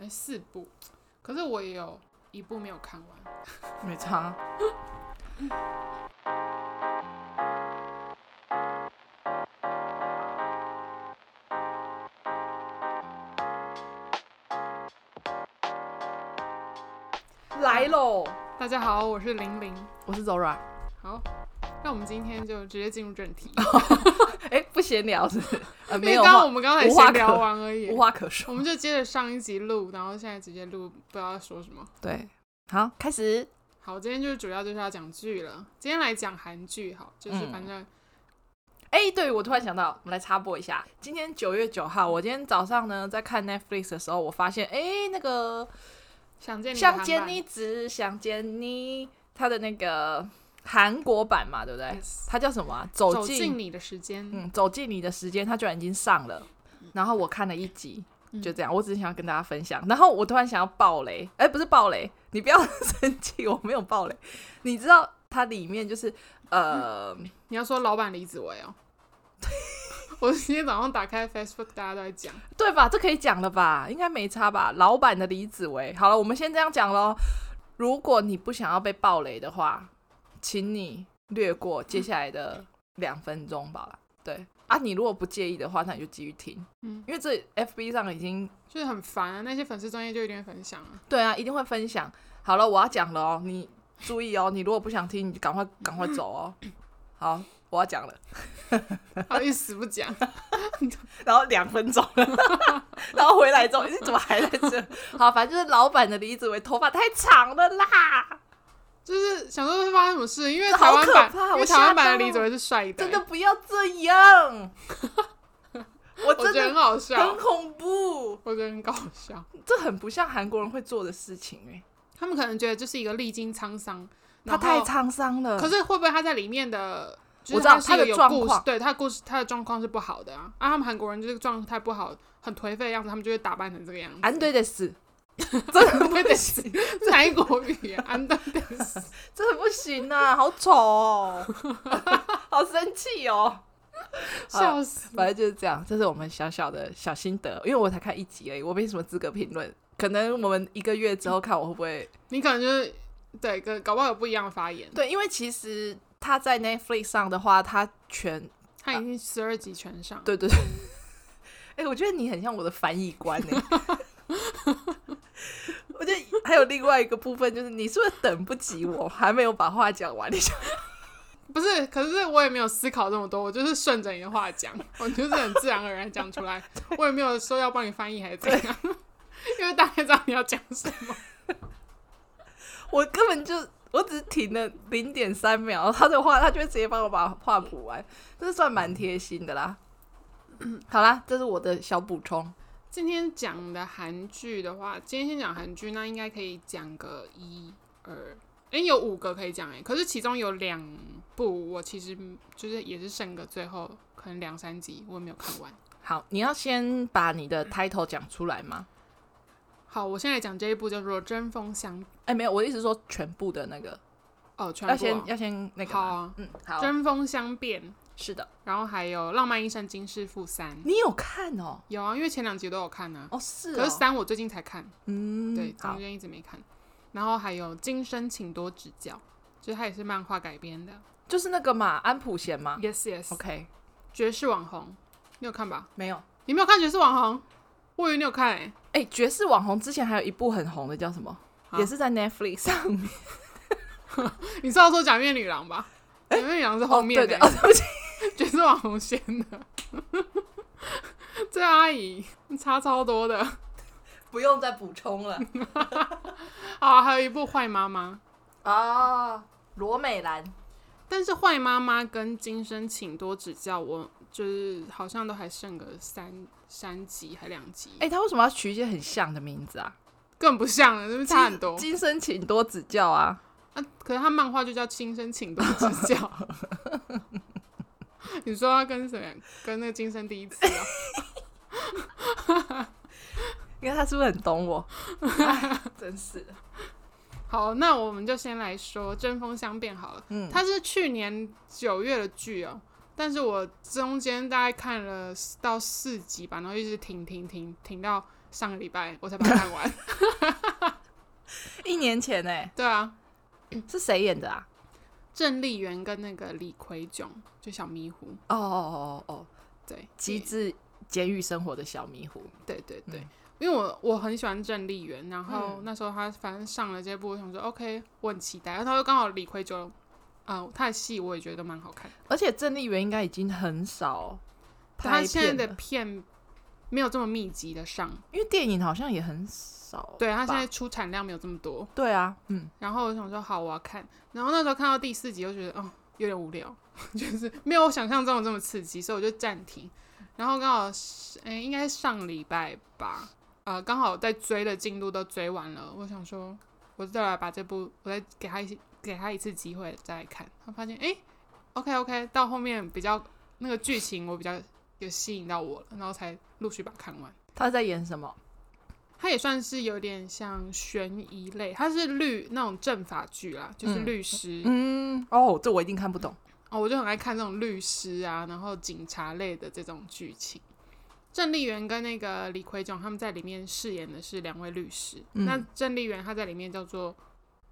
哎四部，可是我也有一部没有看完。没 差。来喽！大家好，我是玲玲。我是 Zora，好，那我们今天就直接进入正题，哎、不闲 聊是不是？因呃，哦没为有刚刚我话们刚才无话闲可聊完而已无，话可说。我们就接着上一集录，然后现在直接录，不知道要说什么。对，好，开始。好，今天就是主要就是要讲剧了。今天来讲韩剧，好，就是嗯反正、哎、对我突然想到，我们来插播一下，今天九月九号，我今天早上呢在看 Netflix 的时候，我发现，哎、那个想见你的韩想版，见你只想见你，它的那个韩国版嘛，对不对？ Yes 它叫什么、啊？走走进进你的时间，嗯，走进你的时间，它居然已经上了。然后我看了一集，就嗯这样。我只是想要跟大家分享。然后我突然想要爆雷，哎、不是爆雷，你不要 生气，我没有爆雷。你知道它里面就是呃，你要说老板李子 维哦，我今天早上打开 Facebook，大家都在讲，对吧？这可以讲了吧？应该没差吧？老板的李子维，好了，我们先这样讲喽。如果你不想要被爆雷的话，请你略过接下来的两分钟吧。对啊，你如果不介意的话，那你就继续听，嗯，因为这 FB 上已经就是很烦啊。那些粉丝专业就有点分享啊，对啊，一定会分享。好了，我要讲了哦，你注意哦，你如果不想听，你就赶快赶快走哦。好，我要讲了，他一死不讲。然后两分钟 了，然后回来之后，你怎么还在这？ 好，反正就是老板的李子维头发太长了啦，就是想说会发生什么事，因为这台好湾可版，怕因为我台湾吓版的到李子维是帅的，欸真的，不要这样，我我真觉得很的好很笑，恐怖，我觉得很搞笑。这很不像韩国人会做的事情哎、他们可能觉得就是一个历经沧桑，他然后太沧桑了。可是会不会他在里面的，就是、我知道他是一个他的有状故事况，对他故事他的状况是不好的啊。啊，他们韩国人就是状态不好，很颓废的样子，他们就会打扮成这个样子。安对的死，真 的对 不得行。是哪一国语啊？安德 烈斯真的不行啊，好丑哦， 好生气哦。笑死！反正就是这样，这是我们小小的小心得，因为我才看一集而已，我没什么资格评论。可能我们一个月之后看我会不会你可能就是对，跟搞不好有不一样的发言。嗯对，因为其实他在 Netflix 上的话，他全他已经十二集全上，对 对对。哎、我觉得你很像我的翻译官哎、 我觉得还有另外一个部分就是，你是不是等不及我，还没有把话讲完？你想不是，可是我也没有思考这么多，我就是顺着你的话 讲，我就是很自然而然讲出来，我也没有说要帮你翻译还是怎样， 因为大概知道你要讲什么。我根本就我只是停了零点三秒，他的话他就会直接帮我把话补完，这算蛮贴心的啦。好啦，这是我的小补充。今天讲的韩剧的话，今天先讲韩剧，那应该可以讲个一二，诶、有五个可以讲诶、可是其中有两部我其实就是也是剩个最后可能两三集我也没有看完。好，你要先把你的 title 讲出来吗？好，我现在讲这一部叫做《针锋相哎、没有，我的意思是说全部的那个，哦，全部、要哦、先要先那个好吗。啊嗯，好，针锋相辩，是的，然后还有《浪漫医生金师傅三》。你有看哦？有啊，因为前两集都有看啊，哦，是可哦，是三我最近才看，嗯，对，中好，间一直没看。然后还有《今生请多指教》，就是它也是漫画改编的。就是那个嘛，安普贤嘛。 Yes Yes， OK，绝世网红，你有看吧？没有。你没有看绝世网红？我以为你有看欸诶、哎、爵士网红之前还有一部很红的叫什么？啊也是在 Netflix 上面。你是要说假面女郎吧？假面女郎是后面欸的、哦、对对，哦，对不起， 绝世网红先的。 这阿姨差超多的。不用再补充了。好啊，还有一部《坏妈妈》。 哦，罗美兰，但是坏妈妈跟今生请多指教，我就是好像都还剩个三三集还两集，哎、他为什么要取一些很像的名字啊？更不像了，是不是差很多？今生请多指教啊！啊，可是他漫画就叫今生请多指教。你说他跟谁？跟那个今生第一次啊？你看他是不是很懂我？ 真是的，好，那我们就先来说针锋相辩好了。嗯，它是去年九月的剧哦，但是我中间大概看了到四集吧，然后一直停停停停到上个礼拜我才把它看完。一年前哎、对啊，是谁演的啊？郑丽媛跟那个李奎炯，就小迷糊，哦哦哦哦，对，机智监狱生活的小迷糊，对对对，嗯因为我我很喜欢郑丽媛，然后嗯那时候她反正上了这部，我想说 OK，我很期待。然后她又刚好李逵就，呃，她的戏我也觉得蛮好看的。而且郑丽媛应该已经很少她拍现片在了的，片没有这么密集的上，因为电影好像也很少。对她吧现在出产量没有这么多。对啊，嗯，然后我想说好，我要看。然后那时候看到第四集，我就觉得哦，有点无聊， 就是没有我想象中的这么刺激，所以我就暂停。然后刚好是，哎、应该是上礼拜吧，呃，刚好在追的进度都追完了，我想说，我再来把这部，我再给他一些给他一次机会再来看。我发现，哎、o k OK，到后面比较那个剧情我比较有吸引到我了，然后才陆续把它看完。她在演什么？它也算是有点像悬疑类，它是律那种政法剧啦，就是嗯律师、嗯，哦，这我一定看不懂。哦，我就很爱看这种律师啊，然后警察类的这种剧情。郑丽媛跟那个李奎炯他们在里面饰演的是两位律师，嗯那郑丽媛她在里面叫做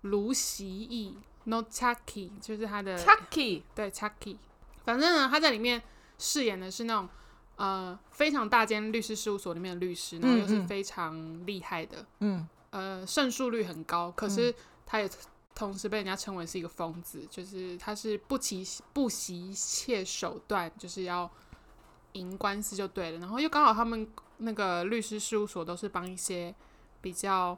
卢习义 No Chucky，就是她的 Chucky，对 Chucky，反正呢，他在里面饰演的是那种呃非常大间律师事务所里面的律师，然后又是嗯嗯非常厉害的，嗯，呃，胜诉率很高，可是他也同时被人家称为是一个疯子，就是他是不惜不惜一切手段，就是要赢官司就对了。然后又刚好他们那个律师事务所都是帮一些比较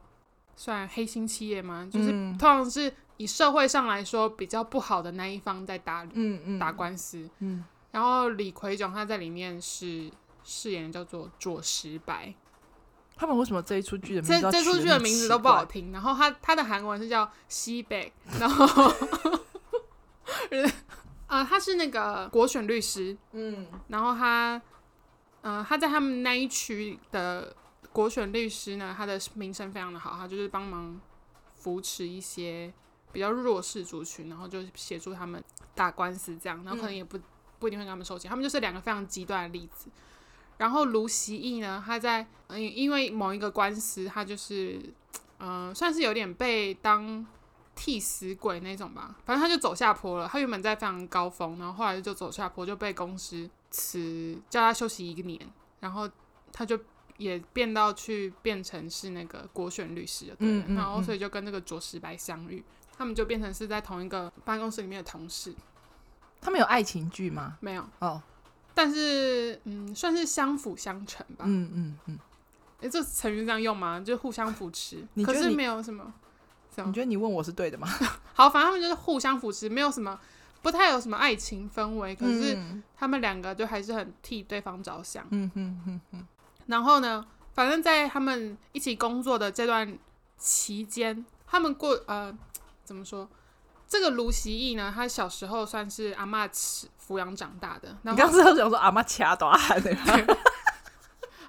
算黑心企业嘛，就是嗯通常是以社会上来说比较不好的那一方在打嗯嗯打官司。嗯，然后李奎炯他在里面是饰演叫做左石白，他们为什么这一出剧的名这字要这出取剧的得那么名字奇都不好怪听，然后它它的韩文是叫西北，然后 呃，他是那个国选律师，嗯，然后他呃他在他们那一区的国选律师呢，他的名声非常的好，他就是帮忙扶持一些比较弱势族群，然后就是协助他们打官司这样，然后可能也不、不一定会跟他们收钱，他们就是两个非常极端的例子。然后卢锡义呢，他在嗯因为某一个官司，他就是嗯、呃算是有点被当替死鬼那种吧，反正他就走下坡了。他原本在非常高峰，然后后来就走下坡，就被公司辞，叫他休息一个年，然后他就也变到去变成是那个国选律师了，对了嗯嗯然后嗯所以就跟那个卓石白相遇，他们就变成是在同一个办公室里面的同事，他们有爱情剧吗？没有，哦，但是嗯，算是相辅相成吧。嗯嗯嗯，哎、这成语是这样用吗？就互相扶持你，觉可得是你没有什么，什你么觉得你问我是对的吗？好，反正他们就是互相扶持，没有什么，不太有什么爱情氛围。 可是嗯他们两个就还是很替对方着想。嗯嗯嗯嗯，然后呢，反正在他们一起工作的这段期间，他们过呃怎么说？这个卢习义呢，他小时候算是阿嬷饲抚养长大的，然你后刚刚是想说阿妈掐短 喊的吗？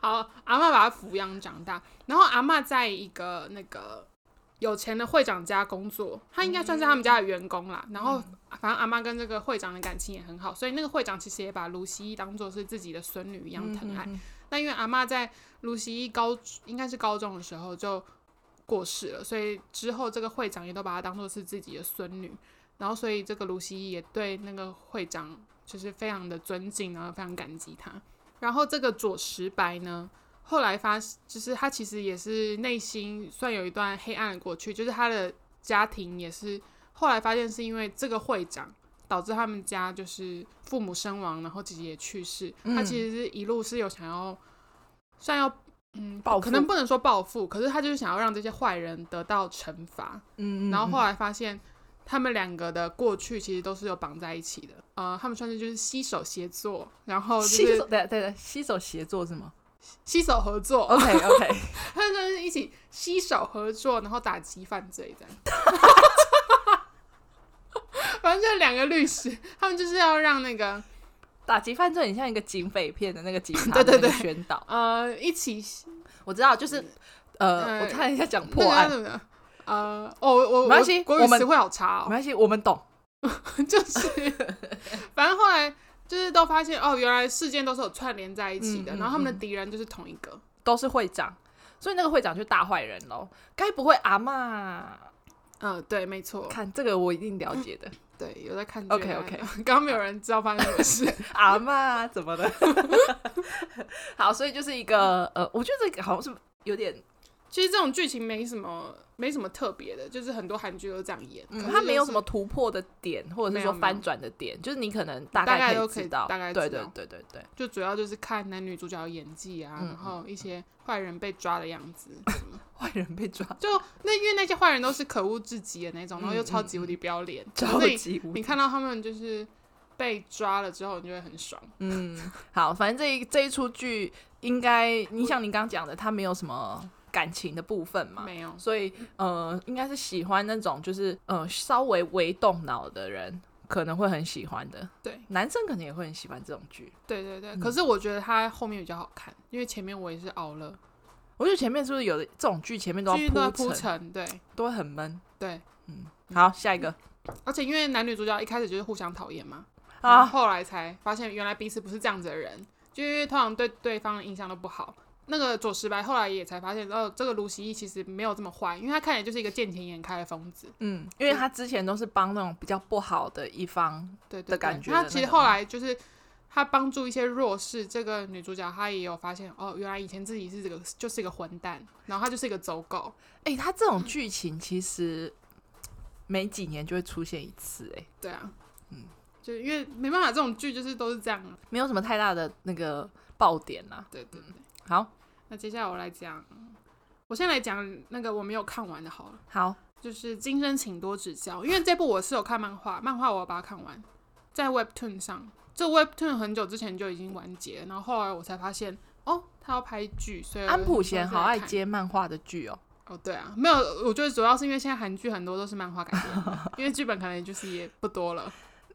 好，阿嬷把他抚养长大，然后阿嬷在一个那个有钱的会长家工作，她应该算是他们家的员工啦。然后反正阿嬷跟这个会长的感情也很好，所以那个会长其实也把卢西当做是自己的孙女一样疼爱。嗯那因为阿嬷在卢西高应该是高中的时候就过世了，所以之后这个会长也都把她当做是自己的孙女，然后所以这个卢西也对那个会长就是非常的尊敬，然后非常感激他。然后这个左石白呢，后来发就是他其实也是内心算有一段黑暗的过去，就是他的家庭也是后来发现是因为这个会长导致他们家就是父母身亡，然后姐姐也去世，嗯他其实是一路是有想要算要嗯报复可能不能说报复，可是他就是想要让这些坏人得到惩罚，嗯嗯，然后后来发现他们两个的过去其实都是有绑在一起的。呃，他们算是就是携手协作，然后就洗是手，对对对，洗手协作是吗携手合作， ？OK OK，他们就是一起携手合作，然后打击犯罪这样。 反正就是两个律师，他们就是要让那个 打击犯罪很像一个警匪片的那个警察 对对的那个对宣导，呃一起我知道，就是呃呃，我差点要讲那破个案叫，什么呃，哦，我我没关系我国我语们词汇好差哦没。关系，我们懂。就是，反正后来就是都发现哦，原来事件都是有串联在一起的，嗯嗯然后他们嗯的敌人就是同一个，都是会长，所以那个会长就大坏人喽。该不会阿嬷？嗯，对，没错，看这个我一定了解的，对，有在看 OK，剧的 OK 刚刚没有人知道发生什么事， 阿嬷怎么的？ 好，所以就是一个呃，我觉得这个好像是有点，其实这种剧情没什么，没什么特别的，就是很多韩剧都这样演，可嗯，是它没有就是什么突破的点，或者没是有说没有翻转的点，就是你可能大大概概都以可以知道，大概对知对道对对对，就主要就是看男女主角的演技啊，嗯然后一些坏人被抓的样子什么的。 坏人被抓，就那因为那些坏人都是可恶至极的那种，嗯然后又超级无敌不要脸，超所以级无你看到他们就是被抓了之后，你就会很爽。嗯，好，反正这一这一出剧应该，你像你刚刚讲的，它没有什么感情的部分嘛，没有，所以呃，应该是喜欢那种就是呃稍微微动脑的人可能会很喜欢的，对男生可能也会很喜欢这种剧。对对对。嗯可是我觉得它后面比较好看，因为前面我也是熬了，我觉得前面是不是有的这种剧前面都剧情都要在铺铺陈，陈，对都会很闷。对。嗯，好，下一个而且因为男女主角一开始就是互相讨厌嘛，然后啊，后来才发现原来彼此不是这样子的人，就因为通常对对方的印象都不好。那个左石白后来也才发现，哦，这个卢锡义其实没有这么坏，因为他看起来就是一个见钱眼开的疯子，嗯，因为他之前都是帮那种比较不好的一方，对对对的感觉他的其那实种后来就是他帮助一些弱势，这个女主角她也有发现，哦，原来以前自己是这个就是一个混蛋，然后她就是一个走狗，哎、他这种剧情其实每几年就会出现一次、哎。对啊，嗯，就因为没办法，这种剧就是都是这样啊，没有什么太大的那个爆点啦。对对对。好，那接下来我来讲，我先来讲那个我没有看完的好了。好，就是今生请多指教，因为这部我是有看漫画，漫画我有把它看完，在 Webtoon 上。这 Webtoon 很久之前就已经完结，然后后来我才发现，哦，他要拍剧，所以安普贤好爱接。接漫画的剧哦。哦，对啊，没有，我觉得主要是因为现在韩剧很多都是漫画改编的，因为剧本可能就是也不多了。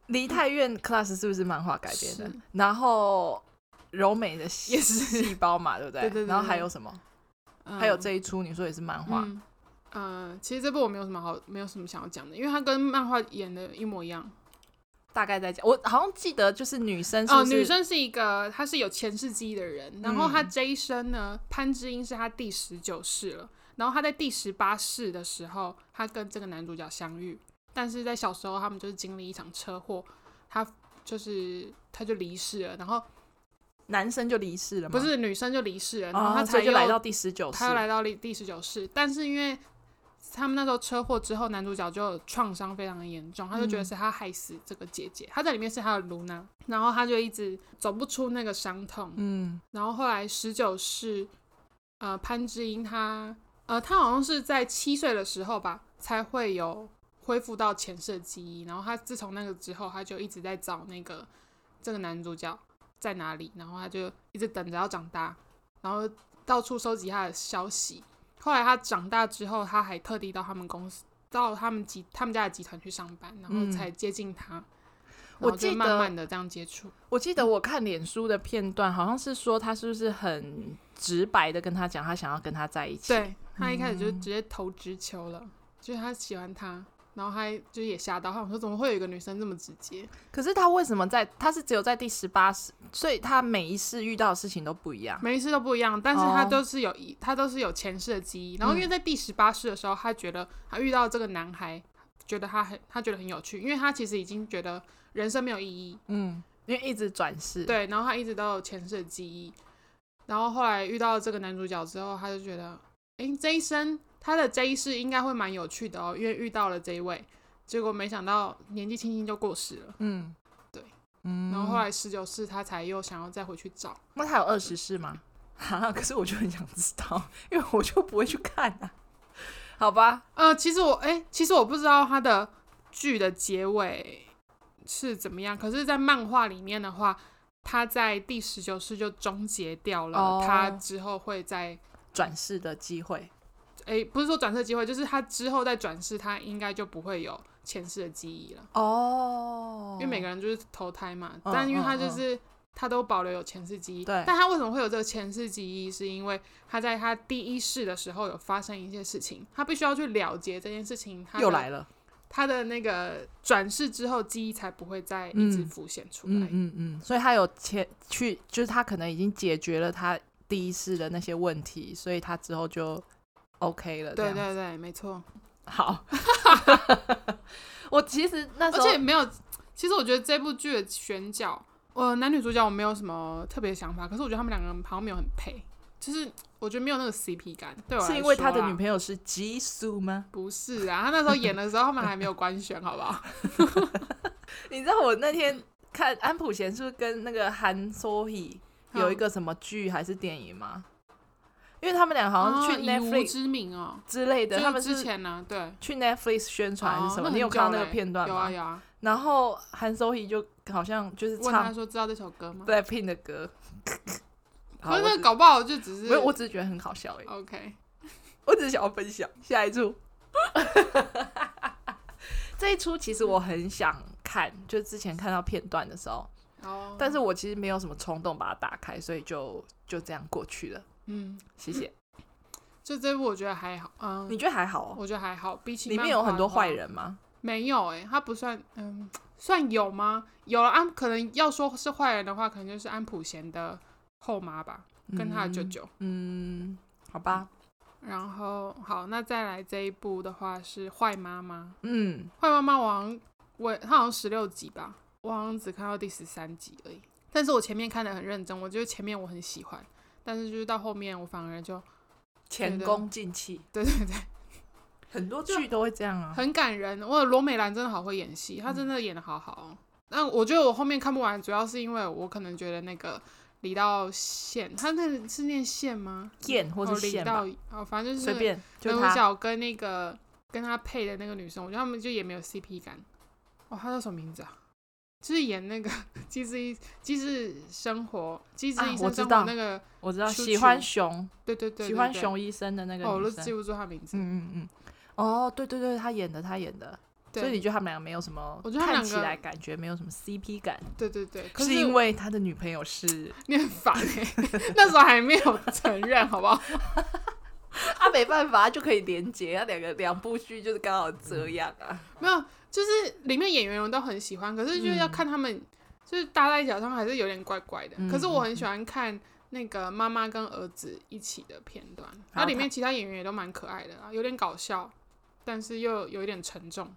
梨泰院 Class 是不是漫画改编的是？然后柔美的细也是细胞嘛，对不对？对对对对然后还有什么？ 嗯还有这一出你说也是漫画，嗯呃，其实这部我没有什么好，没有什么想要讲的，因为它跟漫画演的一模一样。大概在讲，我好像记得就是女生是哦，不是女生是一个，她是有前世记忆的人，然后她嗯这一生呢，潘之音是她第十九世了，然后她在第十八世的时候，她跟这个男主角相遇，但是在小时候他们就是经历一场车祸，她就是她就离世了，然后男生就离世了吗？不，是女生就离世了，然后嗯哦，她所才以就又来到第十九世他。又来到第第十九世，但是因为他们那时候车祸之后，男主角就创伤非常的严重，他就觉得是他害死这个姐姐，他在里面是他的卢娜，然后他就一直走不出那个伤痛，嗯，然后后来十九世，呃，潘之英他呃，他好像是在七岁的时候吧，才会有恢复到前世的记忆，然后他自从那个之后，他就一直在找那个这个男主角在哪里，然后他就一直等着要长大，然后到处收集他的消息。后来他长大之后，他还特地到他们公司，到他们集他们家的集团去上班，然后嗯才接近他。我然后就记得慢慢的这样接触，我记得我看脸书的片段，好像是说他是不是很直白的跟他讲，他想要跟他在一起。，对他一开始就直接投直球了，就是他喜欢他，然后他就也吓到，他想说怎么会有一个女生这么直接？可是他为什么在？他是只有在第十八世，所以他每一世遇到的事情都不一样。每一次都不一样，但是他哦都是有一、他都是有前世的记忆。然后因为在第十八世的时候，他觉得他遇到这个男孩，觉得他很他觉得很有趣，因为他其实已经觉得人生没有意义，嗯，因为一直转世。，对，然后他一直都有前世的记忆。然后后来遇到这个男主角之后，他就觉得，诶，这一生他的这一世应该会蛮有趣的哦，因为遇到了这一位，结果没想到年纪轻轻就过世了。嗯，对，嗯。然后后，来十九世他才又想要再回去找，那他有二十世吗？哈， 可是我就很想知道， 因为我就不会去看啊。好吧，呃，其实我哎、其实我不知道他的剧的结尾是怎么样，可是，在漫画里面的话，他在第十九世就终结掉了，哦他之后会在转世的机会。哎、不是说转世机会，就是他之后再转世，他应该就不会有前世的记忆了，哦因为每个人就是投胎嘛，嗯但因为嗯他就嗯是。他都保留有前世记忆，对但他为什么会有这个前世记忆？是因为他在他第一世的时候有发生一些事情，他必须要去了结这件事情。他的又来了。他的那个转世之后，记忆才不会再嗯一直浮现出来。嗯嗯嗯，所以他有前去，就是他可能已经解决了他第一世的那些问题，所以他之后就 OK 了。对这样对对，没错。 好。我其实那时而候且没有，其实我觉得这部剧的选角，呃，男女主角我没有什么特别的想法，可是我觉得他们两个人好像没有很配，就是我觉得没有那个 CP 感。对我来是因为他的说啦啊女朋友是吉苏吗？不是啊，他那时候演的时候，他们还没有官宣，好不好？你知道我那天看安普贤是不是跟那个韩索希 有一个什么剧还是电影吗？因为他们俩好像哦去以无 Netflix 之名哦，之类的，就他是们之是前呢，对，去 Netflix 宣传还是什哦么？很你有看到那久个嘞片段有啊吗？有啊，然后韩索希就好像就是问他唱说知道这首歌吗？ Blackpink 的歌，好可是我那只搞不好就只是哦没有，我只是觉得很好笑而已。 OK，我只是想要分享下 一出。这一出其实我很想看，就之前看到片段的时候，哦，但是我其实没有什么冲动把它打开，所以就就这样过去了。嗯，谢谢。就这部我觉得还好，嗯，你觉得还好哦？我觉得还好，比起里面漫有画很多的话坏，人吗？没有哎、他不算，嗯，算有吗？有了安，可能要说是坏人的话，可能就是安普贤的后妈吧，跟他的舅舅。嗯。嗯，好吧。然后好，那再来这一部的话是坏妈妈，嗯，坏妈妈我好像我它好像十六集吧，我好像只看到第十三集而已。但是我前面看的很认真，我觉得前面我很喜欢，但是就是到后面我反而就前功尽弃，对对对，很多剧都会这样啊。很感人。哇，罗美兰真的好会演戏，她真的演的好好、哦。那我觉得我后面看不完，主要是因为我可能觉得那个李道宪，他那个是念宪吗？燕或哦是李线道吧，哦，反正就是随便就男主他角跟那个跟他配的那个女生，我觉得他们就也没有 CP 感。哦，他叫什么名字啊？就是演那个 《机智医机智生活》《机智啊医生我知生活》道那个，我知道出喜去欢熊，对对对喜欢。对熊医生的那对个哦，我女都生记。不住他名字。嗯嗯嗯，哦，对对对，他演的，他演的，所以你对觉得他们两个没有什么？我觉得他们两看起个来感觉没有什么 CP 感，对对对，可是因为他的女朋友是 你很烦哎、 那时候还没有承认，好不 好？啊，没办法，就可以连接啊，两个两部剧就是刚好这样啊。没有，就是里面演员我都很喜欢，可是就是要看他们，就是搭在一起好像还是有点怪怪的。嗯可是我很喜欢看那个妈妈跟儿子一起的片段，啊好然后里面其他演员也都蛮可爱的啊，有点搞笑，但是又有一点沉重。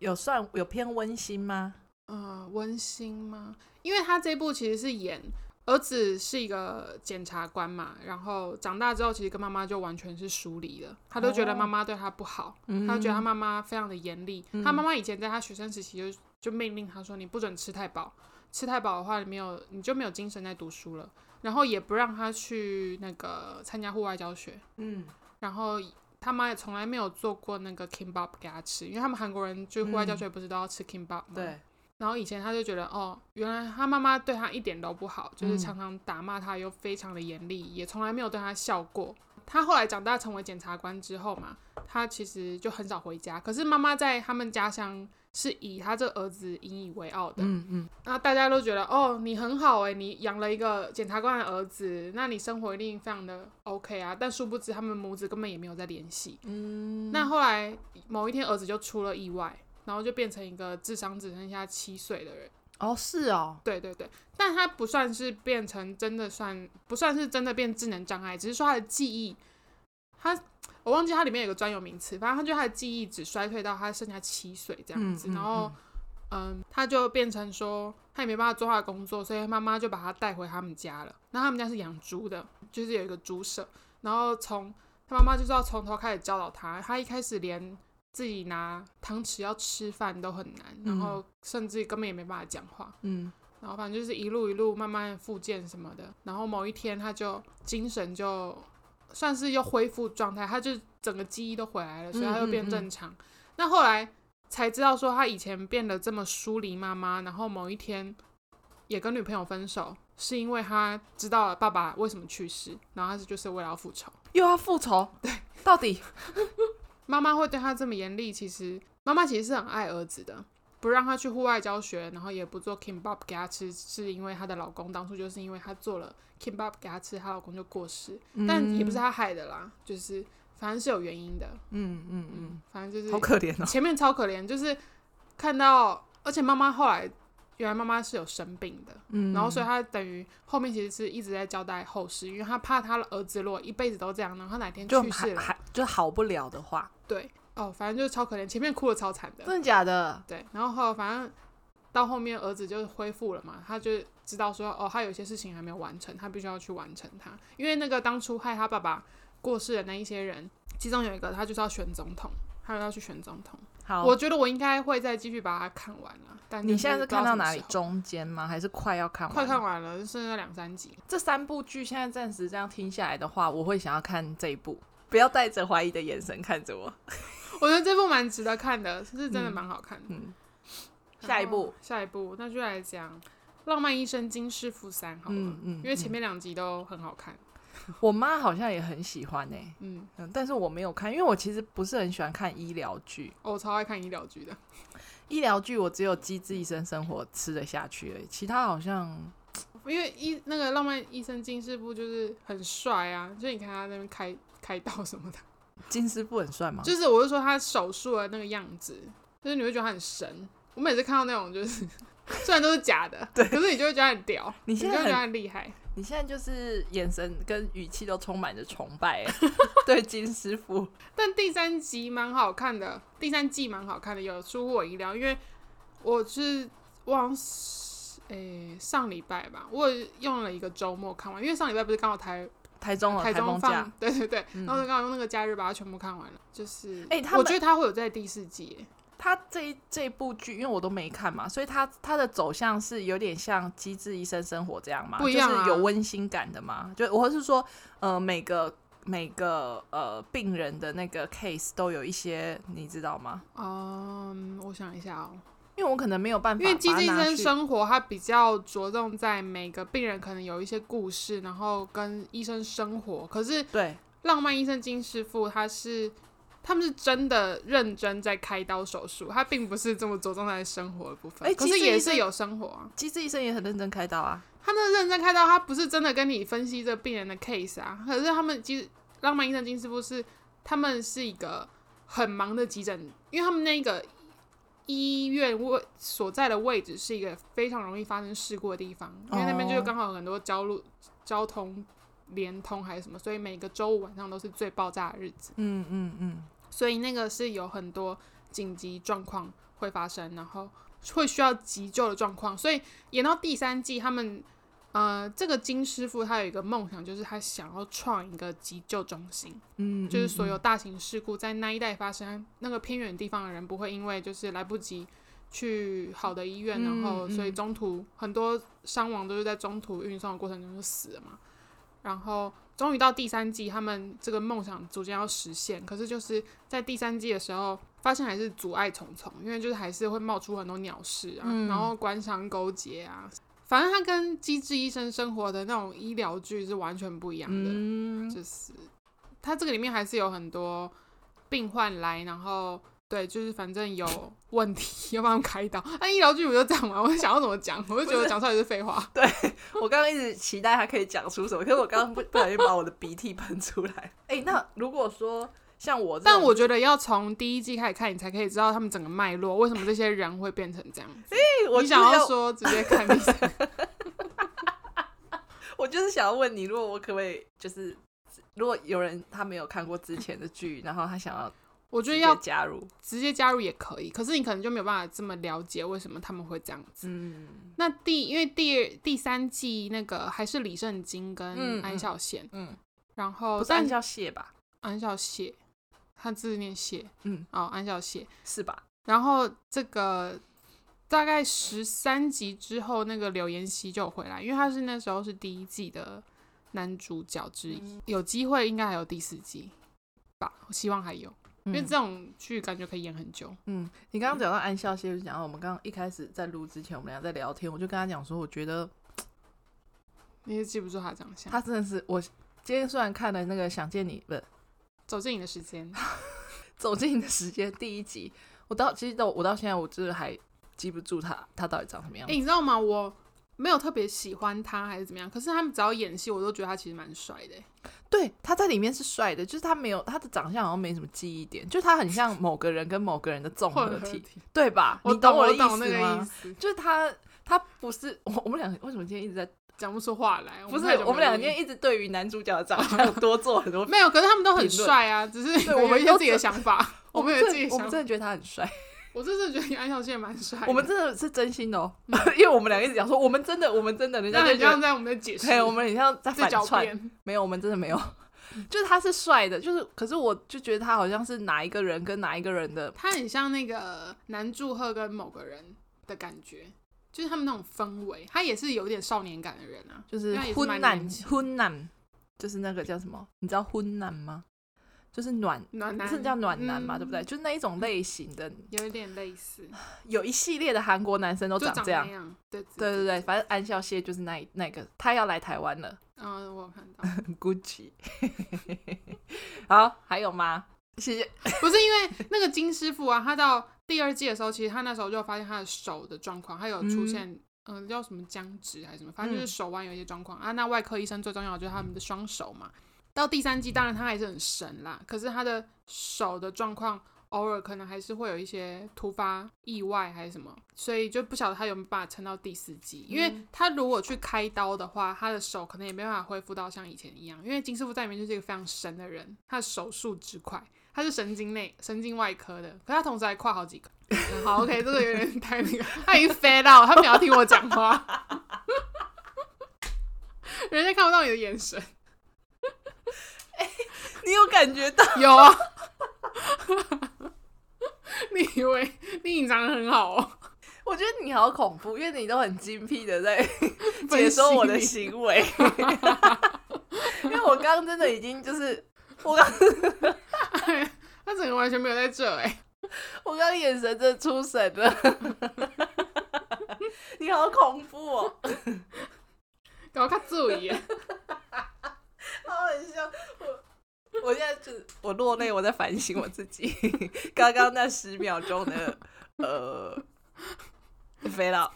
有算有偏温馨吗？呃，温馨吗？因为他这部其实是演儿子是一个检察官嘛，然后长大之后其实跟妈妈就完全是疏离了，他都觉得哦妈妈对他不好，嗯他觉得他妈妈非常的严厉。嗯他妈妈以前在他学生时期就就命令他说：“你不准吃太饱，吃太饱的话，你没有你就没有精神在读书了。”然后也不让他去那个参加户外教学。嗯然后他妈也从来没有做过那个 kimbap 给他吃，因为他们韩国人就户外教嗯学不是都要吃 kimbap 吗？。对，然后以前他就觉得，哦，原来他妈妈对他一点都不好，就是嗯常常打骂他，又非常的严厉，也从来没有对他笑过。他后来长大成为检察官之后嘛，他其实就很少回家。可是妈妈在他们家乡是以他这儿子引以为傲的，嗯嗯，那大家都觉得，哦，你很好诶、你养了一个检察官的儿子，那你生活一定非常的 OK 啊。但殊不知他们母子根本也没有在联系。嗯，那后来某一天儿子就出了意外，然后就变成一个智商只剩下七岁的人。哦是哦，对对对，但他不算是变成真的算不算是真的变智能障碍，只是说他的记忆，他我忘记他里面有个专有名词，反正他就他的记忆只衰退到他剩下七岁这样子，嗯嗯然后嗯，他就变成说他也没办法做他的工作，所以妈妈就把他带回他们家了。那他们家是养猪的，就是有一个猪舍，然后从他妈妈就是要从头开始教导他，他一开始连。自己拿汤匙要吃饭都很难，然嗯后甚至根本也没办法讲话。嗯然后反正就是一路一路慢慢复健什么的，然后某一天他就精神就算是又恢复状态，他就整个记忆都回来了，所以他又变正常。那后来才知道说他以前变得这么疏离妈妈，然后某一天也跟女朋友分手，是因为他知道了爸爸为什么去世，然后他就是为了要复仇。又要复仇，对，到底妈妈会对他这么严厉，其实妈妈其实是很爱儿子的，不让他去户外教学，然后也不做 kimbap 给他吃，是因为她的老公当初就是因为她做了 kimbap 给他吃，她老公就过世，嗯但也不是她害的啦，就是反正是有原因的，嗯嗯嗯嗯，反正就嗯，好是可怜哦，前面超可怜，就是看到，而且妈妈后来原来妈妈是有生病的，嗯然后所以他等于后面其实是一直在交代后事，因为他怕他的儿子如果一辈子都这样，然后他哪天就去世还了，还就好不了的话，对，哦，反正就是超可怜，前面哭的超惨的，真的假的？对，然后后来反正到后面儿子就是恢复了嘛，他就知道说哦，他有些事情还没有完成，他必须要去完成它。因为那个当初害他爸爸过世的那一些人，其中有一个他就是要选总统，他就要去选总统。好，我觉得我应该会再继续把它看完了，但就你现在是是不知道看到什么哪时里？候中间吗？还是快要看完？快看。完了，剩下两三集。这三部剧现在暂时这样听下来的话，我会想要看这一部。不要带着怀疑的眼神看着我。我觉得这部蛮值得看的，是真的蛮好看的。嗯，然下一后部，嗯下一部，那就来讲《浪漫医生金师傅三》好了，嗯嗯因为前面两集都很好看。我妈好像也很喜欢呢、嗯，嗯，但是我没有看，因为我其实不是很喜欢看医疗剧。哦我超爱看医疗剧的。医疗剧我只有《机智医生生活》吃得下去而已，其他好像因为医那个浪漫医生金师傅就是很帅啊，就你看他那边开开刀什么的，啊金师傅很帅吗？ 就是我就说他手术的那个样子，就是你会觉得他很神。我每次看到那种就是 虽然都是假的，对，可是你就会觉得他很屌，你你就现会在觉得他很，很厉害。你现在就是眼神跟语气都充满着崇 拜欸、对金师傅。但第三集蛮好看的，第三季蛮好看的，有出乎我意料，因为我是我好像是诶、上礼拜吧，我用了一个周末看完，因为上礼拜不是刚好台哦台中有台风中假放，，对对对，嗯然后就刚好用那个假日把它全部看完了。就是，哎他们我觉得他会有在第四季耶，他这一这一部剧，因为我都没看嘛，所以他他的走向是有点像《机智医生生活》这样嘛，不一样啊就是有温馨感的嘛。就我是说，呃，每个每个呃病人的那个 case 都有一些，你知道吗？嗯，我想一下哦，因为我可能没有办法因把它为拿去，机智医生生活它比较着重在每个病人可能有一些故事，然后跟医生生活。可是对浪漫医生金师傅他是。他们是真的认真在开刀手术，他并不是这么着重在生活的部分，哎可机是智也医生是有生活啊。机智医生也很认真开刀啊。他那个认真开刀，他不是真的跟你分析这病人的 case 啊，可是他们其实浪漫医生金师傅是他们是一个很忙的急诊，因为他们那个医院位所在的位置是一个非常容易发生事故的地方，因为那边哦就刚好有很多交路交通连通还是什么，所以每个周五晚上都是最爆炸的日子，嗯嗯嗯，所以那个是有很多紧急状况会发生，然后会需要急救的状况。所以演到第三季，他们呃，这个金师傅他有一个梦想，就是他想要创一个急救中心，嗯，就是所有大型事故在那一带发生，那个偏远地方的人不会因为就是来不及。去好的医院，然后嗯嗯所以中途很多伤亡都是在中途运送的过程中就死了嘛。然后终于到第三季，他们这个梦想逐渐要实现，可是就是在第三季的时候，发现还是阻碍重重，因为就是还是会冒出很多鸟事啊，嗯然后官商勾结啊，反正它跟《机智医生生活》的那种医疗剧是完全不一样的，嗯就是它这个里面还是有很多病患来，然后。对，就是反正有问题 要帮他们开刀。那、医疗剧我就讲 完，我想要怎么讲，我就觉得我讲出来是废话。 我刚刚一直期待他可以讲出什么，可是我刚刚不不小心把我的鼻涕喷出来。 哎、那如果说像我这种，但我觉得要从第一季开始看，你才可以知道他们整个脉络，为什么这些人会变成这样子。哎我你就是想要说直接看 第三，我就是想要问你，如果我可不可以，就是如果有人他没有看过之前的剧，然后他想要我觉直得接要加入，直接加入也可以，可是你可能就没有办法这么了解为什么他们会这样子。嗯那第因为第二第三季那个还是李圣经跟嗯安孝贤，嗯，然后不是按但叫谢吧？安孝谢，他字念谢，嗯，哦安孝谢，是吧？然后这个大概十三集之后，那个柳妍希就有回来，因为他是那时候是第一季的男主角之一，嗯有机会应该还有第四季吧，我希望还有，因为嗯这种剧感觉可以演很久。嗯，你刚刚讲到安孝燮，就讲到我们刚刚一开始在录之前，我们俩在聊天，我就跟他讲说，我觉得你也记不住他长相。他真的是我今天虽然看了那个《想见你》，不是走进你的时间，走进你的时间第一集，我到其实到我到现在，我就是还记不住他他到底长什么样哎、子。你知道吗？我没有特别喜欢他还是怎么样，可是他们只要演戏，我都觉得他其实蛮帅的、欸 对，他在里面是帅的，就是他没有他的长相好像没什么记忆点，就是他很像某个人跟某个人的综合混合体，体。对吧？我你懂我的懂思那个吗？意思。就是他他不是我，我们俩为什么今天一直在？讲不出话来。不是太久我们没有俩录今天音哦一直对于男主角的长相多做很多。没有，可是他们都很评论帅啊，只是对我有们一些都自己的想法， 我们有自己真的 的我想法。们真的觉得他很帅，我真的觉得安小燮蛮帅的，我们真的是真心的哦， 因为我们俩一直讲说我们真的，我们真的，人家嗯那就很觉像得，在我们的解释，对，我们很像在在反狡串，辩。没有，我们真的没有，嗯 就是他是帅的，就是可是我就觉得他好像是哪一个人跟哪一个人的，他很像那个男祝贺跟某个人的感觉，就是他们那种氛围，他也是有点少年感的人啊。就是那也是蛮婚男年轻婚男，就是那个叫什么？你知道婚男吗？就是暖，暖男是叫暖男嗯嘛，对不对？就是那一种类型的，有一点类似，有一系列的韩国男生都就长长这那样。样。对对对对，，反正安孝燮就是那一那个，他要来台湾了嗯，我有看到， ，Gucci。好，还有吗？谢谢。不是因为那个金师傅啊，他到第二季的时候，其实他那时候就发现他的手的状况，他有出现。嗯叫什么僵直还是什么，反正就是手腕有一些状况、啊。那外科医生最重要的就是他们的双手嘛。到第三季，当然他还是很神啦，可是他的手的状况偶尔可能还是会有一些突发意外还是什么，所以就不晓得他有没有办法撑到第四季。因为他如果去开刀的话，他的手可能也没办法恢复到像以前一样，因为金师傅在里面就是一个非常神的人，他的手术之快。他是神经内神经外科的，可他同时还跨好几个。 嗯好，OK，这个有点太那个，他已经 fade out，他没有要听我讲话， 人家看不到你的眼神。你有感觉到？ 有啊，你以为你隐藏的很好哦？我觉得你好恐怖，因为你都很精辟的在分析 解说我的你行为。 因为我刚刚真的已经就是，我刚 他整个完全没有在这哎、我刚眼神真的出神了。 你好恐怖哦， 搞他注意耶，好很像我。我现在就是我落泪，我在反省我自己 刚刚那十秒钟的呃肥佬。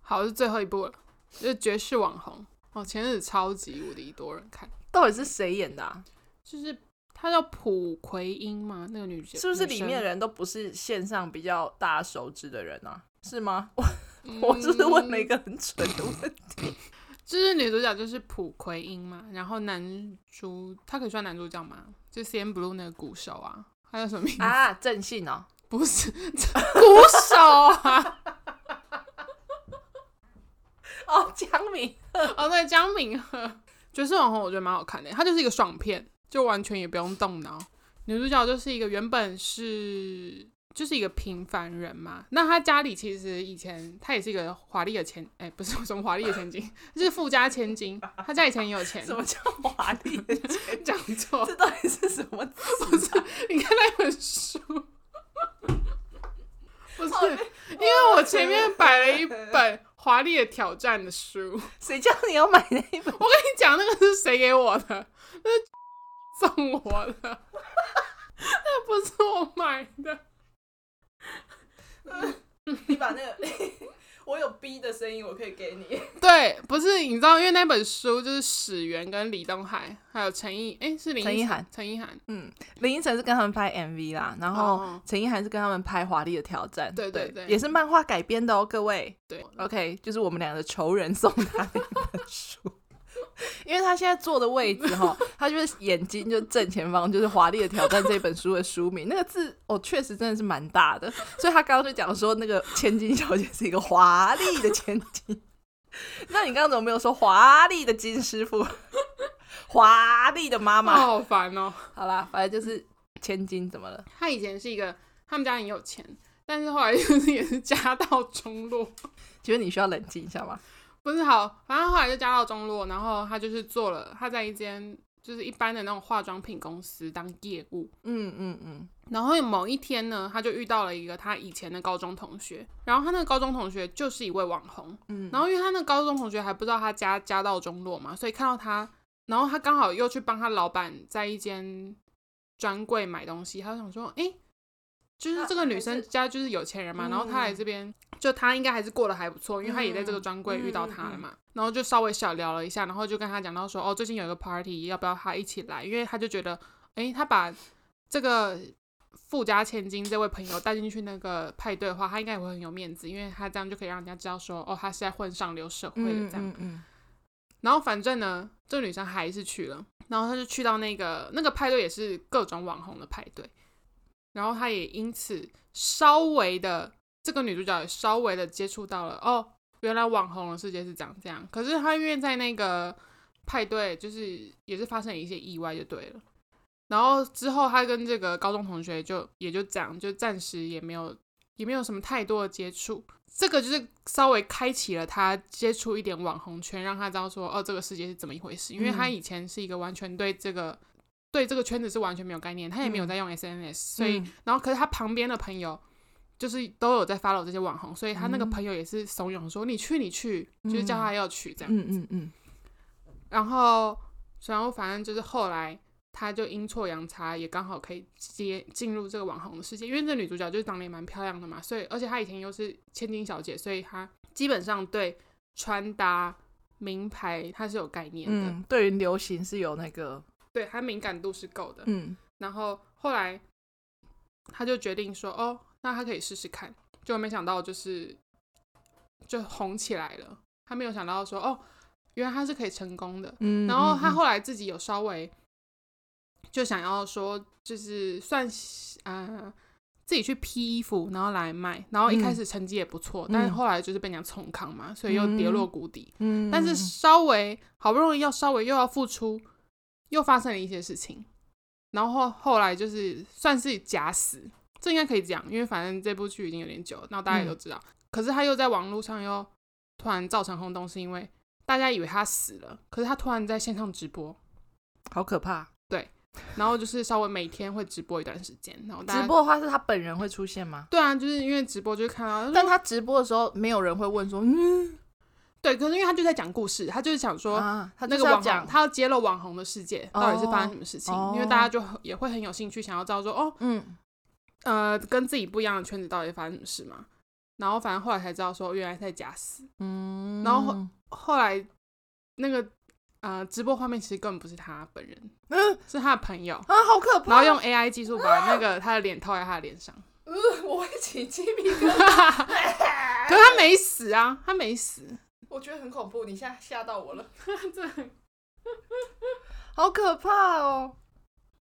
好是最后一部了，就是绝世网红哦，前日子超级无敌多人看，到底是谁演的、啊？就是她叫朴奎英嘛，那个女角是不是里面的？人都不是线上比较大家熟知的人啊？是吗？我嗯 我就是问了一个很蠢的问题。就是女主角就是朴奎英嘛，然后男主他可以算男主角吗？就 C N Blue 那个鼓手啊，他叫什么 名字？啊，正信哦，不是鼓手啊，哦，江 敏， 哦对，江敏赫。爵士网红我觉得蛮好看的，它就是一个爽片，就完全也不用动脑。女主角就是一个原本是就是一个平凡人嘛，那她家里其实以前她也是一个华丽的千，哎、不是什么华丽的千金，就是富家千金。她家以前也有钱 什，么叫华丽的前讲错， 这到底是什么词、啊？你看那本书，不是因为我前面摆了一本《华丽的挑战》的书，谁叫你要买那一本？我跟你讲，那个是谁给我的？ 那是送我的， 那不是我买的。 你把那个， 我有逼的声音，我可以给你。对，不是你知道，因为那本书就是史源跟李东海还有陈意，哎、是林陈意涵，陈意涵，嗯，林依晨是跟他们拍 MV 啦，然后哦陈意涵是跟他们拍《华丽的挑战》，对对对也是漫画改编的哦，各位。对 OK，就是我们俩的仇人送他的一本书， 因为他现在坐的位置哈，他就是眼睛就正前方就是《华丽的挑战》这本书的书名，那个字哦，确实真的是蛮大的，所以他刚刚就讲说那个千金小姐是一个华丽的千金。那你刚刚怎么没有说华丽的金师傅，华丽的妈妈妈？好烦哦、好啦，反正就是千金怎么了？他以前是一个，他们家很有钱，但是后来就是也是家道中落。请问你需要冷静一下吗？不是好，反正后来就家道中落，然后他就是做了，他在一间就是一般的那种化妆品公司当业务。嗯嗯嗯，然后某一天呢，他就遇到了一个他以前的高中同学，然后他那个高中同学就是一位网红，嗯然后因为他那个高中同学还不知道他家家道中落嘛，所以看到他，然后他刚好又去帮他老板在一间专柜买东西，他就想说，诶，就是这个女生家就是有钱人嘛，嗯然后她来这边，就她应该还是过得还不错，因为她也在这个专柜遇到他了嘛，然后就稍微小聊了一下，然后就跟他讲到说，哦，最近有一个 party，要不要他一起来？因为他就觉得，诶，他把这个富家千金这位朋友带进去那个派对的话，他应该也会很有面子，因为他这样就可以让人家知道说，哦，他是在混上流社会的嗯这样。嗯嗯，然后反正呢，这个女生还是去了，然后她就去到那个那个派对，也是各种网红的派对，然后她也因此稍微的，这个女主角也稍微的接触到了哦，原来网红的世界是长这样。可是她因为在那个派对，就是也是发生了一些意外，就对了。然后之后，她跟这个高中同学就也就这样，就暂时也没有也没有什么太多的接触。这个就是稍微开启了他接触一点网红圈，让他知道说哦，这个世界是怎么一回事。因为他以前是一个完全对这个对这个圈子是完全没有概念，他也没有在用 SNS，、所以嗯然后可是他旁边的朋友就是都有在 follow 这些网红，所以他那个嗯朋友也是怂恿说、你去你去，就是叫他要去这样。嗯嗯嗯，然后然后反正就是后来他就阴错阳差，也刚好可以接进入这个网红的世界，因为这女主角就是长得也蛮漂亮的嘛，所以而且她以前又是千金小姐，所以她基本上对穿搭。名牌她是有概念的，嗯，对于流行是有那个，对她敏感度是够的。嗯然后后来他就决定说，哦，那他可以试试看。就没想到就是就红起来了，他没有想到说，哦，原来他是可以成功的。嗯，然后他嗯后来自己有稍微就想要说，就是算是呃自己去批衣服，然后来卖。然后一开嗯始成绩也不错，嗯但是后来就是被人家冲康嘛，所以又跌落谷底。嗯，但是嗯稍微好不容易要稍微又要付出，又发生了一些事情，然后后来就是算是假死，这应该可以讲，因为反正这部剧已经有点久了，那大家也都嗯知道。可是他又在网络上又突然造成轰动，是因为大家以为他死了，可是他突然在线上直播，好可怕。然后就是稍微每天会直播一段时间，然后大家直播的话是他本人会出现吗？对啊，就是因为直播就看到，但他直播的时候，没有人会问说，嗯对，可是因为他就在讲故事，他就是想说。啊，他那就个是要网讲红，，他要揭露网红的世界哦到底是发生什么事情，哦因为大家就很也会很有兴趣，想要知道说，哦，嗯呃，跟自己不一样的圈子到底发生什么事嘛。然后反正后来才知道说，原来在假死。嗯，然后后来那个呃直播画面其实根本不是他本人，嗯是他的朋友，啊，好可怕，然后用 AI 技术把那个他的脸套在他的脸上。呃，我会起鸡皮疙瘩，可 是他没死啊，他没死。我觉得很恐怖。你现在吓到我了，好可怕哦！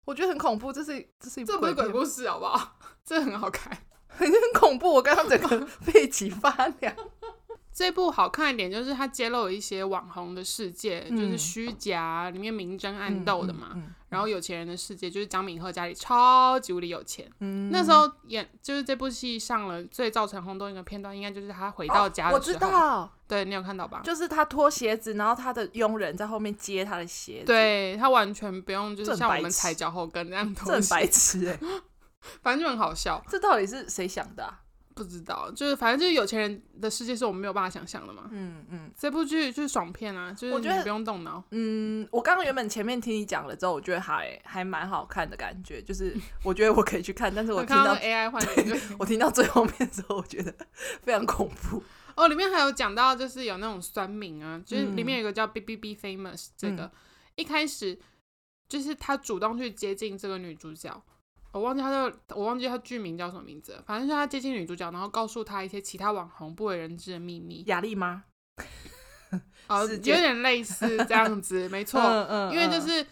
我觉得很恐怖，这是这是一部这不是鬼鬼片故事好不好？ 这很好看。很恐怖，我刚刚整个 背脊发凉。这部好看一点就是它揭露了一些网红的世界，嗯就是虚假，里面明争暗斗的嘛。嗯，嗯然后有钱人的世界就是张敏赫家里超级无敌有钱。嗯那时候演就是这部戏上了最造成轰动一个片段，应该就是他回到家哦我的时知候。道，对你有看到吧？就是他脱鞋子，然后他的佣人在后面接他的鞋子，，对他完全不用就是这很像我白们痴踩脚后跟那样这东很西，白痴哎、反正就很好笑。这到底是谁想的、啊？不知道，就是反正就是有钱人的世界是我们没有办法想象的嘛。嗯嗯这部剧就是爽片啊，就是我觉你得不用动脑。嗯，我刚刚原本前面听你讲了之后，我觉得还还蛮好看的感 觉，就是我觉得我可以去看，但是我我听看到到那 AI 换脸就 我听到最后面的时候，我觉得非常恐怖。哦，里面还有讲到就是有那种酸民啊，就是里面有一个叫 B B B Famous 这个，嗯一开始就是他主动去接近这个女主角，我忘记他的我忘记他剧名叫什么名字了，反正就是他接近女主角，然后告诉她一些其他网红不为人知的秘密，雅丽吗？呃，世有界点类似这样子，没错，嗯嗯因为就嗯是。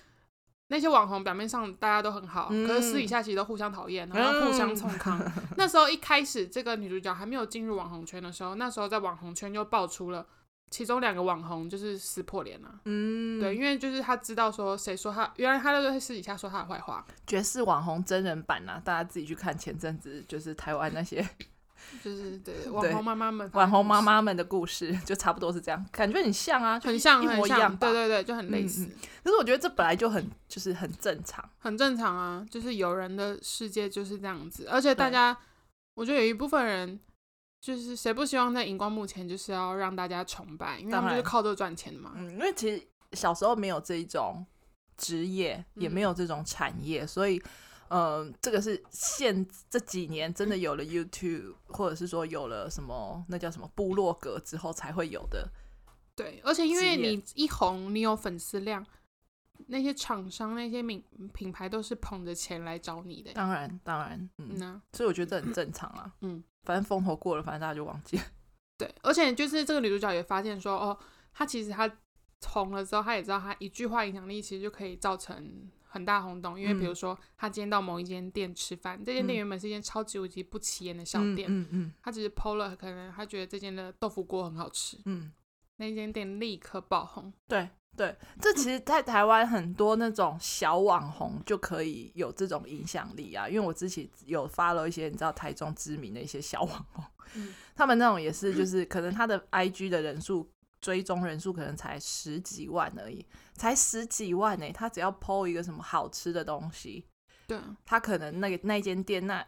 那些网红表面上大家都很好，嗯可是私底下其实都互相讨厌，然后互相冲康。 那时候一开始这个女主角还没有进入网红圈的时候，那时候在网红圈就爆出了其中两个网红就是撕破脸了、啊嗯，对，，因为就是她知道说谁说她，原来她都在私底下说她的坏话，爵士网红真人版啊，大家自己去看。前阵子就是台湾那 些就是对网红妈妈们，网红妈妈们的故事，就差不多是这样，感觉很像啊，就很像一模很一样像，吧对。对对，就很类似，嗯可是我觉得这本来就很就是很正常，很正常啊，就是有人的世界就是这样子，而且大家，我觉得有一部分人。就是谁不希望在荧光幕前就是要让大家崇拜，因为他当们然就是靠这赚钱的嘛。嗯，因为其实小时候没有这一种职业，也嗯没有这种产业，所以。嗯，这个是现这几年真的有了 YouTube，或者是说有了什么那叫什么部落格之后才会有的，对，而且因为职业你一红，你有粉丝量，那些厂商、那些名品牌都是捧着钱来找你的。当然当然，嗯，那所以我觉得这很正常啊。嗯，反正风头过了，反正大家就忘记了。对，而且就是这个女主角也发现说，哦，她其实她红了之后，她也知道她一句话影响力其实就可以造成很大轰动。因为比如嗯说，她今天到某一间店吃饭，这间店嗯原本是一间超级无敌不起眼的小嗯店，嗯嗯她只是 PO 了，可能她觉得这间的豆腐锅很好吃，嗯，那间店立刻爆红。对对，这其实，在台湾很多那种小网红就可以有这种影响力啊。因为我之前有发了一些你知道台中知名的一些小网红，嗯他们那种也是，就是可能他的 IG 的人数。追踪人数可能才十几万而已，才十几万呢、他只要 PO 一个什么好吃的东西，对，他可能那个那一间店那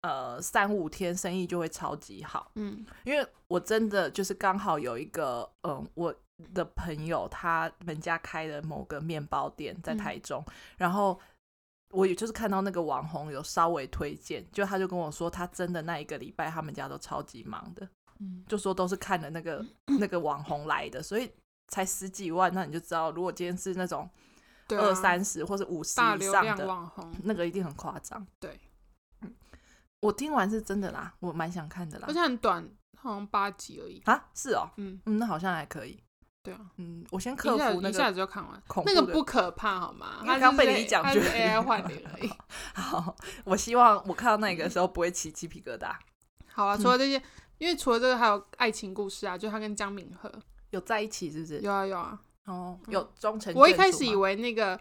呃三五天生意就会超级好，嗯因为我真的就是刚好有一个嗯我的朋友他们家开的某个面包店在嗯台中，然后。我也就是看到那个网红有稍微推荐，就他就跟我说，他真的那一个礼拜他们家都超级忙的，嗯，就说都是看了那 个那个网红来的，所以才十几万，那你就知道，如果今天是那种对、啊，二三十或者五十大以流上量的，嗯网红，那个一定很夸张。对嗯，我听完是真的啦，我蛮想看的啦而。且很短，好像八集而已。啊，是哦，嗯，嗯，那好像还可以。对啊，嗯，我先克一下服那一下个。子就看完恐，那怖个的不可怕好吗？因为它刚是被你 A- 讲它就是 AI 换脸而已。 好，我希望我看到那个的时候不会起鸡皮疙瘩。好嗯啊，除了这些，因为除了这个还有爱情故事啊，就他跟江敏和有在一起是不是？有啊有啊。哦，有忠诚眷属吗。我一开始以为那个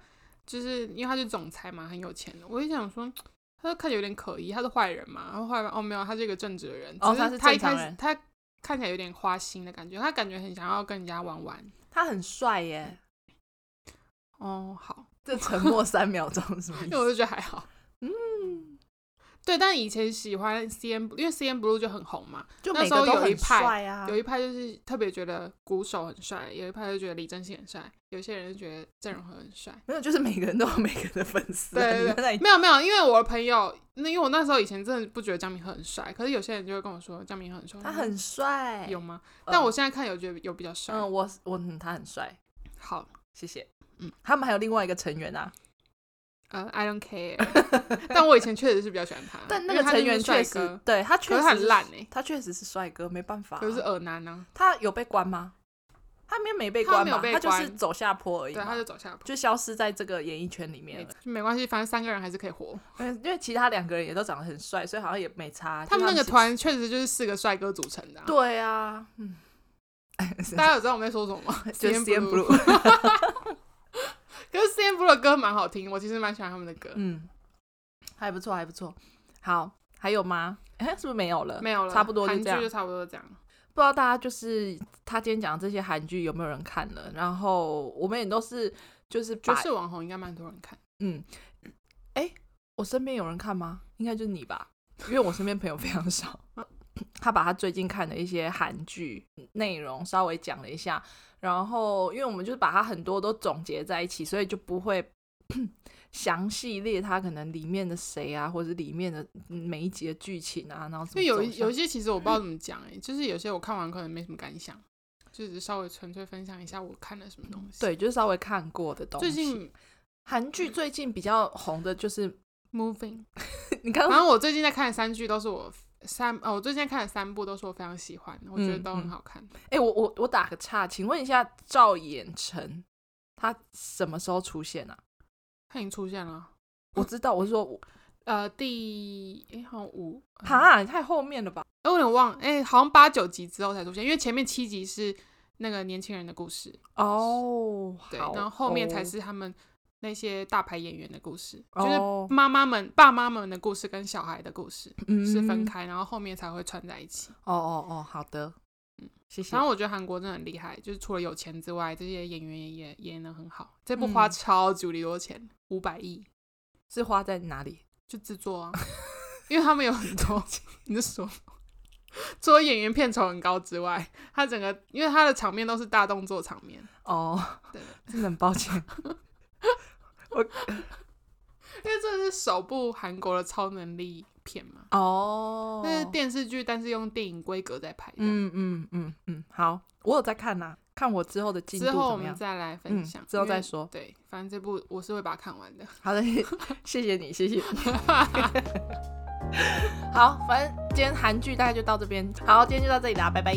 就是因为他是总裁嘛，很有钱的，我就想说。他看起来有点可疑，他是坏人嘛？然后坏人哦，没有，他是一个正直的人。哦只他是是他一正常开始人他看起来有点花心的感觉，他感觉很想要跟人家玩玩。他很帅耶，哦，好，这沉默三秒钟是 什么意因为思？我就觉得还好。嗯，对，但以前喜欢 C N，因为 C N Blue 就很红嘛，就那每时候个都有一很派帅啊有。一派就是特别觉得鼓手很帅，有一派就觉得李正熙很帅，有些人就觉得郑容和很帅。没有，就是每个人都有每个人的粉丝啊。对对你在那对，里没有没有，因为我的朋友，那因为我那时候以前真的不觉得江明鹤很帅，可是有些人就会跟我说江明鹤很帅，他我说很帅。嗯有吗？嗯，但我现在看有觉得有比较帅。嗯，我我嗯他很帅，好，谢谢。嗯嗯，他们还有另外一个成员啊，呃，I don't care，但我以前确实是比较喜欢他，但那嗯因为他个就成是员帅确实哥，，对他可确是实他很是烂，哎，他确实是帅哥，没办法啊、可是耳男呢，他有被关吗？他没有没被他关没有嘛，被他就关是走下坡而已对，嘛，他就走下坡，就消失在这个演艺圈里没面了。就没关系，反正三个人还是可以活。嗯，因为其他两个人也都长得很帅，所以好像也没差。他啊就们那个其实，团确实就是四个帅哥组成的啊。对啊， 嗯，大家有知道我们在说什么吗 就是 CN CN Blue，Blue，可是 CN Blue 的歌蛮好听，我其实蛮喜欢他们的歌。嗯，还不错，还不错。好，还有吗？ 哎，是不是没有了？没有了，差不多就韩剧这样就差不多这样。不知道大家就是他今天讲的这些韩剧有没有人看了？然后我们也都是就是就把是网红应该蛮多人看，嗯，哎、我身边有人看吗？应该就是你吧，因为我身边朋友非常少。 他把他最近看的一些韩剧内容稍微讲了一下，然后因为我们就是把它很多都总结在一起，所以就不会 详细列它可能里面的谁啊，或者是里面的嗯每一集的剧情啊，然后怎因为有么走一向有一些其实我不知道怎么讲哎、就是有些我看完可能没什么感想，就只是稍微纯粹分享一下我看了什么东西。，对，就是稍微看过的东西。最近嗯韩剧最近比较红的就是 Moving，你刚反刚正我最近在看的三剧都是我三哦，我最近在看的三部都是我非常喜欢，我觉得都很好看。哎、我我我打个岔，请问一下赵衍成他什么时候出现啊？他已经出现了，我知道，我是说我呃，第哎好像五，哈，你太后面了吧？哎我有点忘，哎，好像八九集之后才出现，因为前面七集是那个年轻人的故事，哦，对，好然后后面才哦是他们那些大牌演员的故事，哦就是妈妈们、爸妈们的故事跟小孩的故事嗯是分。开，然后后面才会串在一起。哦哦哦，好的嗯，谢谢然。后我觉得韩国真的很厉害，就是除了有钱之外，这些演员也也演的很好。这部花嗯超级无敌多钱，五百亿是花在哪里？就制作啊，因为他们有很多， 你就说。除了演员片酬很高之外，他整个因为他的场面都是大动作场面，哦，对， 真的很 抱歉。因为这是首部韩国的超能力片嘛，哦，啊嗯那是电视剧，但是用电影规格在拍的。嗯嗯嗯嗯，好，我有在看呐、看我之后的进度之后我怎么们样。再来分嗯享，之后再因为说对，反正这部我是会把它看完的。好的， 谢谢你，谢谢你。好，反正今天韩剧大概就到这边。好，今天就到这里啦，拜拜。